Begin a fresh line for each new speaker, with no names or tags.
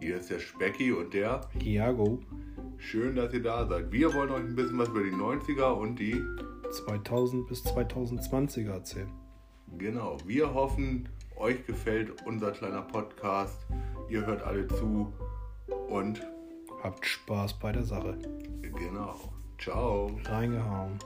ist der Specki und der.
Iago,
Schön, dass ihr da seid. Wir wollen euch ein bisschen was über die 90er und die.
2000 bis 2020er erzählen.
Genau, wir hoffen, euch gefällt unser kleiner Podcast. Ihr hört alle zu und
Habt Spaß bei der Sache.
genau. Ciao.
Reingehauen.